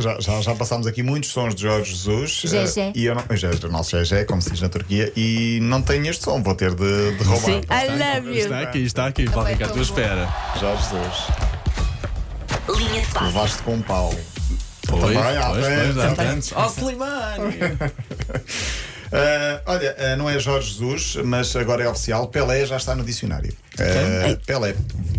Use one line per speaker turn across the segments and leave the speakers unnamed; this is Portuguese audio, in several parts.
Já, já, já passámos aqui muitos sons de Jorge Jesus
Gegé.
eh, e eu não, Gegé, o nosso Gegé, como se diz na Turquia, e não tenho este som, vou ter de, de roubar.
Sim, I love you.
Está aqui, está aqui, Paulo Ricardo, à tua espera.
Jorge Jesus,
Linha de passe.
levaste com um pau.
Pois,
Também, há
pois, pois,
tantos,
há
há
tantos.
tantos.
Ó Slimani!
Eh, olha, eh, não é Jorge Jesus, mas agora é oficial. Pelé já está no dicionário. Eh, Pelé,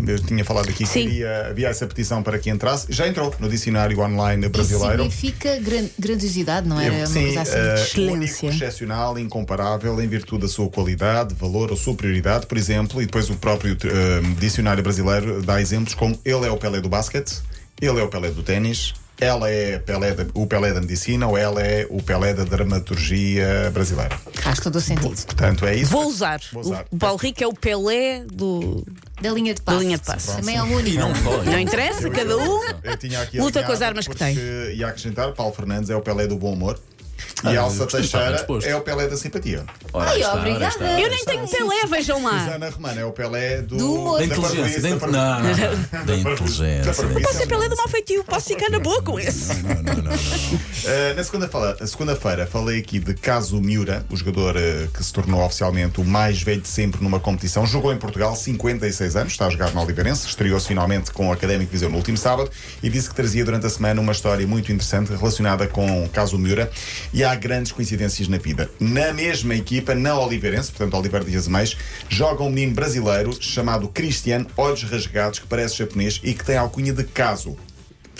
eu tinha falado aqui que
Sim.
queria- havia essa petição para que entrasse, já entrou no dicionário online
Isso
brasileiro.
significa gran- grandiosidade, não era?
Eu-
uma
Sim,
coisa assim.
eh,
Excelência.
único, excepcional, incomparável, em virtude da sua qualidade, valor ou superioridade, por exemplo, e depois o próprio eh, dicionário brasileiro dá exemplos como ele é o Pelé do basquete, ele é o Pelé do ténis, ela é Pelé da- o Pelé da medicina ou ela é o Pelé da dramaturgia brasileira.
Faz todo o sentido.
Portanto, é isso.
Vou usar.
Vou usar.
O Paulo Rico é o Pelé do.
Da linha de passe.
Da linha de passe.
Também é o único.
Não interessa, cada um.
Eu tinha aqui
Luta
alinhado
com as armas que
porque Ia acrescentar, Paulo Fernandes é o Pelé do bom humor. E
Ah,
Alça
gostei, estava
Teixeira
disposto.
é o Pelé da simpatia.
Ora
Ai,
está, ora
obrigada.
está.
Eu nem tenho Pelé, vejam lá.
Susana Romana é o Pelé do,
Do humor.
Da
da
inteligência,
parvoíce, da
da, in- não,
parvoíce.
não, não. da
Da
inteligência.
parvoíce.
Posso ser Pelé do mau feitio, posso ficar na boa com esse.
Não, não, não, não.
Uh, na segunda fala- a segunda-feira falei aqui de Caso Miura, o jogador uh, que se tornou oficialmente o mais velho de sempre numa competição. Jogou em Portugal 56 anos, está a jogar no Oliveirense, estreou-se finalmente com o Académico Viseu no último sábado e disse que trazia durante a semana uma história muito interessante relacionada com Caso Miura. E há grandes coincidências na vida. Na mesma equipa, na Oliveirense, portanto Oliver Dias Mais, joga um menino brasileiro chamado Cristiano, olhos rasgados, que parece japonês e que tem a alcunha de Caso.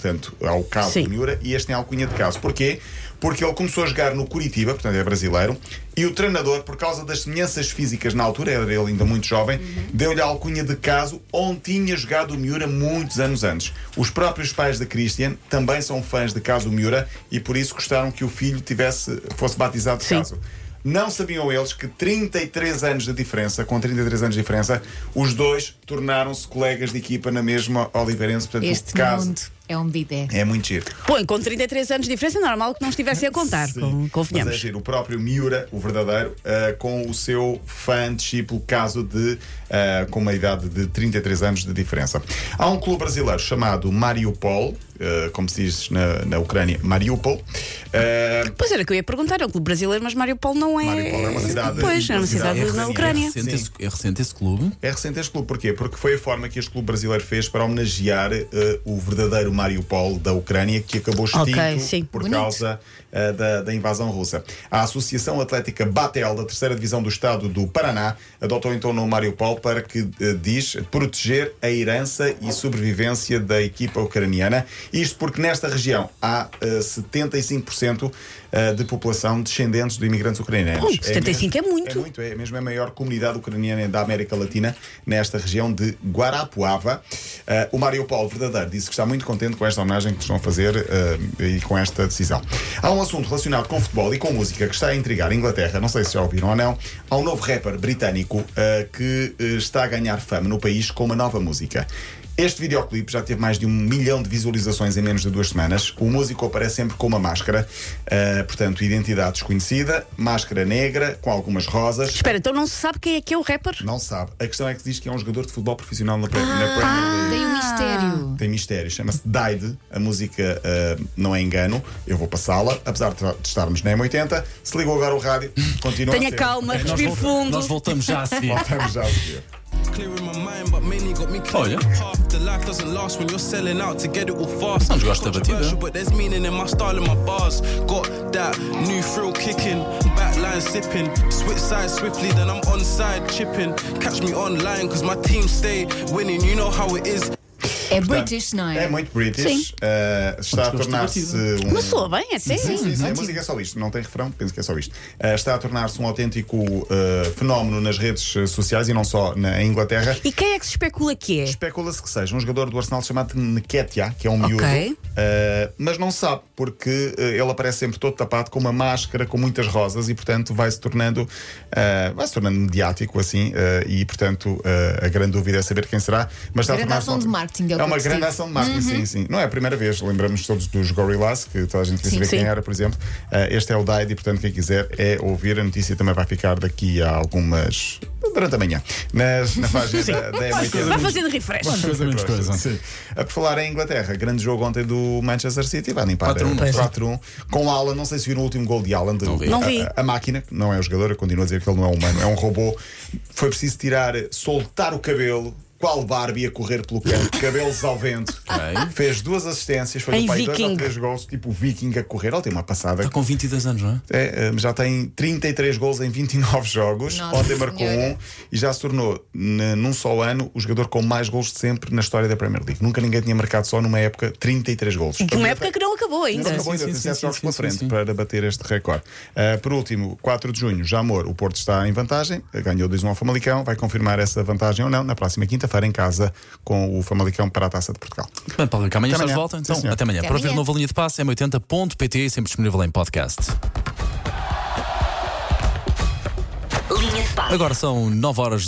Portanto, há o caso
Sim.
de Miura e este tem a alcunha de caso. Porquê? Porque ele começou a jogar no Curitiba, portanto é brasileiro, e o treinador, por causa das semelhanças físicas na altura, era ele ainda muito jovem, deu-lhe a alcunha de caso onde tinha jogado o Miura muitos anos antes. Os próprios pais de Christian também são fãs de caso Miura e por isso gostaram que o filho tivesse, fosse batizado de
Sim.
caso. Não sabiam eles que 33 anos de diferença, com 33 anos de diferença, os dois tornaram-se colegas de equipa na mesma Oliveirense. Portanto,
Este
o caso
mundo é um bidé.
é muito giro.
Põe, com 33 anos de diferença, é normal que não estivessem a contar,
Sim.
com-
Mas é
convenhamos.
giro, o próprio Miura, o verdadeiro, ah, com o seu fã discípulo, caso de ah, com uma idade de 33 anos de diferença. Há um clube brasileiro chamado Mariupol, ah, como se diz na, na Ucrânia, Mariupol. Ah,
Pois era que eu ia perguntar, é um clube brasileiro, mas Mário Paulo não é.
Mariupol é uma cidade-
Pois, é uma
uma cidade
cidade na
ucraniana.
Ucrânia.
recente esse- é recente esse clube?
é recente este clube, porquê? Porque foi a forma que este clube brasileiro fez para homenagear ah, o verdadeiro Mariupol da Ucrânia, que acabou extinto
Ok, sim.
por
Bonito.
causa causa, eh, da, da invasão russa. A Associação Atlética Batel, da terceira divisão do estado do Paraná, adotou então o nome Mariupol para que, eh, diz, proteger a herança e sobrevivência da equipa ucraniana. Isto porque nesta região há eh, 75% eh, de população descendentes de imigrantes ucranianos.
Ui, 75 é
mesmo-
muito.
É muito, é mesmo a maior comunidade ucraniana da América Latina, nesta região de Guarapuava. Eh, o Mariupol, verdadeiro, disse que está muito contente com esta homenagem que estão a fazer eh, e com esta decisão. Há um assunto relacionado com futebol e com música que está a intrigar a Inglaterra, não sei se já ouviram ou não. Há um novo rapper britânico eh, que eh, está a ganhar fama no país com uma nova música. Este videoclipe já teve mais de um milhão de visualizações em menos de duas semanas. O músico aparece sempre com uma máscara, eh, portanto, identidade desconhecida, máscara negra, com algumas rosas.
Espera, então não se sabe quem é que é o rapper?
Não sabe. A questão é que se diz que é um jogador de futebol profissional na, pre- na
Ah!
Premier League.
Tem um mistério.
Tem mistério, chama-se Died. A música ah, não é engano. Eu vou passá-la, apesar de tra- de estarmos na M80. Se ligou agora o rádio, continua. a
Tenha
ser.
calma,
Nós,
respire
volta-
fundo.
nós voltamos já a seguir.
Voltamos já a seguir.
Clearing my mind, but mainly got me clear.
Oh, yeah.
Half the life doesn't last when you're selling out to get it all fast.
Sounds gosta batida.
Controversial, but there's meaning in my style and my bars. Got that new thrill kicking, backline sipping, switch side swiftly, then I'm on side chipping. Catch me online, cause my team stay winning. You know how it is.
É British, não é?
É muito British.
Sim.
Ah, está a
gosto
tornar-se um.
Mas soa bem, até.
Sim, sim, sim. A música é só isto, não tem refrão, penso que é só isto. Ah, está a tornar-se um autêntico ah, fenómeno nas redes ah, sociais e não só na em Inglaterra.
E quem é que se especula que é?
Especula-se que seja um jogador do Arsenal chamado Nketia, que é um miúdo,
Ok.
eh, mas não sabe, porque eh, ele aparece sempre todo tapado com uma máscara, com muitas rosas, e portanto vai-se tornando, eh, vai-se tornando mediático assim, eh, e portanto eh, a grande dúvida é saber quem será, mas está a
Grande
tornar-se
ação de
um-
marketing é o ele
É uma
patrocínio.
grande ação de marketing,
Uhum.
sim, sim. Não é a primeira vez. Lembramos todos dos Gorillaz, que toda a gente queria
Sim,
saber
sim.
quem era, por exemplo. Ah, este é o Died e, portanto, quem quiser é ouvir. A notícia também vai ficar daqui a algumas. durante a manhã. Nas, na página da, da M80.
Vai fazendo refresh.
Uma coisa menos coisa.
Sim. A por falar em Inglaterra, grande jogo ontem do Manchester City, vai limpar
4-1, não é?
4-1 com Alan, não sei se viram o último gol de Alan, de,
Não vi.
Não
a-
vi.
A, a máquina, que não é o jogador, eu continuo a dizer que ele não é humano, é um robô. Foi preciso tirar, soltar o cabelo. Qual Barbie a correr pelo campo, cabelos ao vento.
Ok.
Fez duas assistências, foi
Em
pai dois ou
Viking.
três gols, tipo Viking a correr. Ele tem uma passada
Está
que
com 22 anos, não é?
é, eh, já tem 33 gols em 29 jogos.
Nossa
Ontem marcou
Senhora.
um e já se tornou, n- num só ano, o jogador com mais gols de sempre na história da Premier League. Nunca ninguém tinha marcado só numa época 33 golos.
De uma época que não acabou
Ainda
ainda.
não acabou, ainda
Sim,
tem
sim,
sete
sim,
jogos
sim,
pela
sim,
frente
sim.
para bater este recorde. Ah, por último, 4 de junho, Jamor, o Porto está em vantagem, ah, ganhou 2-1 ao Famalicão, vai confirmar essa vantagem ou não na próxima quinta-feira em casa com o Famalicão para a Taça de Portugal.
Bem, Paulo, Rico, amanhã
Até
estás de
amanhã.
volta,
Sim,
então
senhor.
até amanhã.
Até
Para ouvir o
amanhã.
novo linha de passe, m80.pt e sempre disponível em podcast.
Linha de passe.
Agora são 9 horas